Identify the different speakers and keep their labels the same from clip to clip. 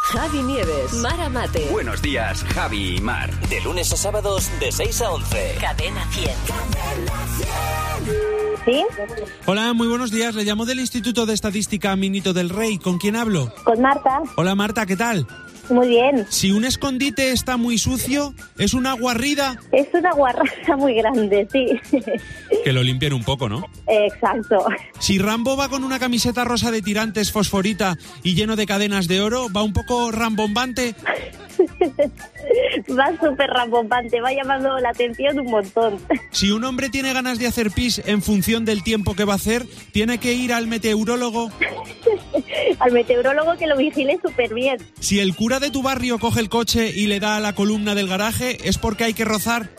Speaker 1: Javi Nieves, Mara Mate,
Speaker 2: Buenos días, Javi y Mar.
Speaker 3: De lunes a sábados de 6 a 11.
Speaker 1: Cadena 100.
Speaker 4: ¿Sí?
Speaker 5: Hola, muy buenos días. Le llamo del Instituto de Estadística Minito del Rey. ¿Con quién hablo?
Speaker 4: Con Marta.
Speaker 5: Hola Marta, ¿qué tal?
Speaker 4: Muy bien.
Speaker 5: Si un escondite está muy sucio, ¿es una guarrida?
Speaker 4: Es una guarrada muy grande, sí.
Speaker 5: Que lo limpien un poco, ¿no?
Speaker 4: Exacto.
Speaker 5: Si Rambo va con una camiseta rosa de tirantes fosforita y lleno de cadenas de oro, ¿va un poco rambombante?
Speaker 4: Va súper rambombante, va llamando la atención un montón.
Speaker 5: Si un hombre tiene ganas de hacer pis en función del tiempo que va a hacer, ¿tiene que ir al meteorólogo?
Speaker 4: Al meteorólogo que lo vigile súper bien.
Speaker 5: Si el cura de tu barrio coge el coche y le da a la columna del garaje, ¿es porque hay que rozar?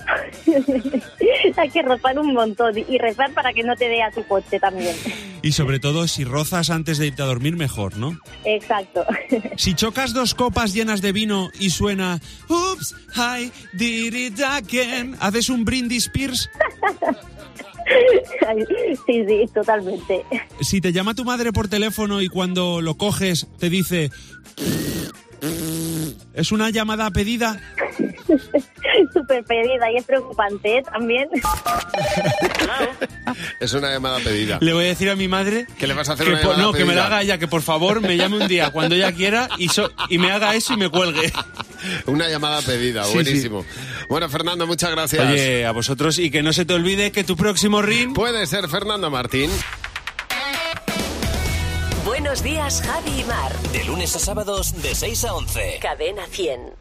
Speaker 4: Hay que rozar un montón y rezar para que no te dé a tu coche también.
Speaker 5: Y sobre todo, si rozas antes de irte a dormir, mejor, ¿no?
Speaker 4: Exacto.
Speaker 5: Si chocas dos copas llenas de vino y suena Oops, I did it again, ¿haces un brindis Pierce?
Speaker 4: Ay, Sí, sí, totalmente.
Speaker 5: Si te llama tu madre por teléfono y cuando lo coges te dice ¿Es una llamada pedida?
Speaker 4: Súper pedida y es preocupante ¿eh? también.
Speaker 6: Es una llamada pedida.
Speaker 5: Le voy a decir a mi madre
Speaker 6: ¿Que le vas a hacer
Speaker 5: que
Speaker 6: una
Speaker 5: po-
Speaker 6: llamada
Speaker 5: No, que me la
Speaker 6: pedida?
Speaker 5: haga ella, que por favor me llame un día cuando ella quiera y, so- y me haga eso y me cuelgue.
Speaker 6: Una llamada pedida,
Speaker 5: Sí,
Speaker 6: buenísimo. Bueno, Fernando, muchas gracias.
Speaker 5: Oye, a vosotros y que no se te olvide que tu próximo ring
Speaker 6: Puede ser Fernando Martín.
Speaker 1: Buenos días, Javi y Mar.
Speaker 3: De lunes a sábados de 6 a 11.
Speaker 1: Cadena 100.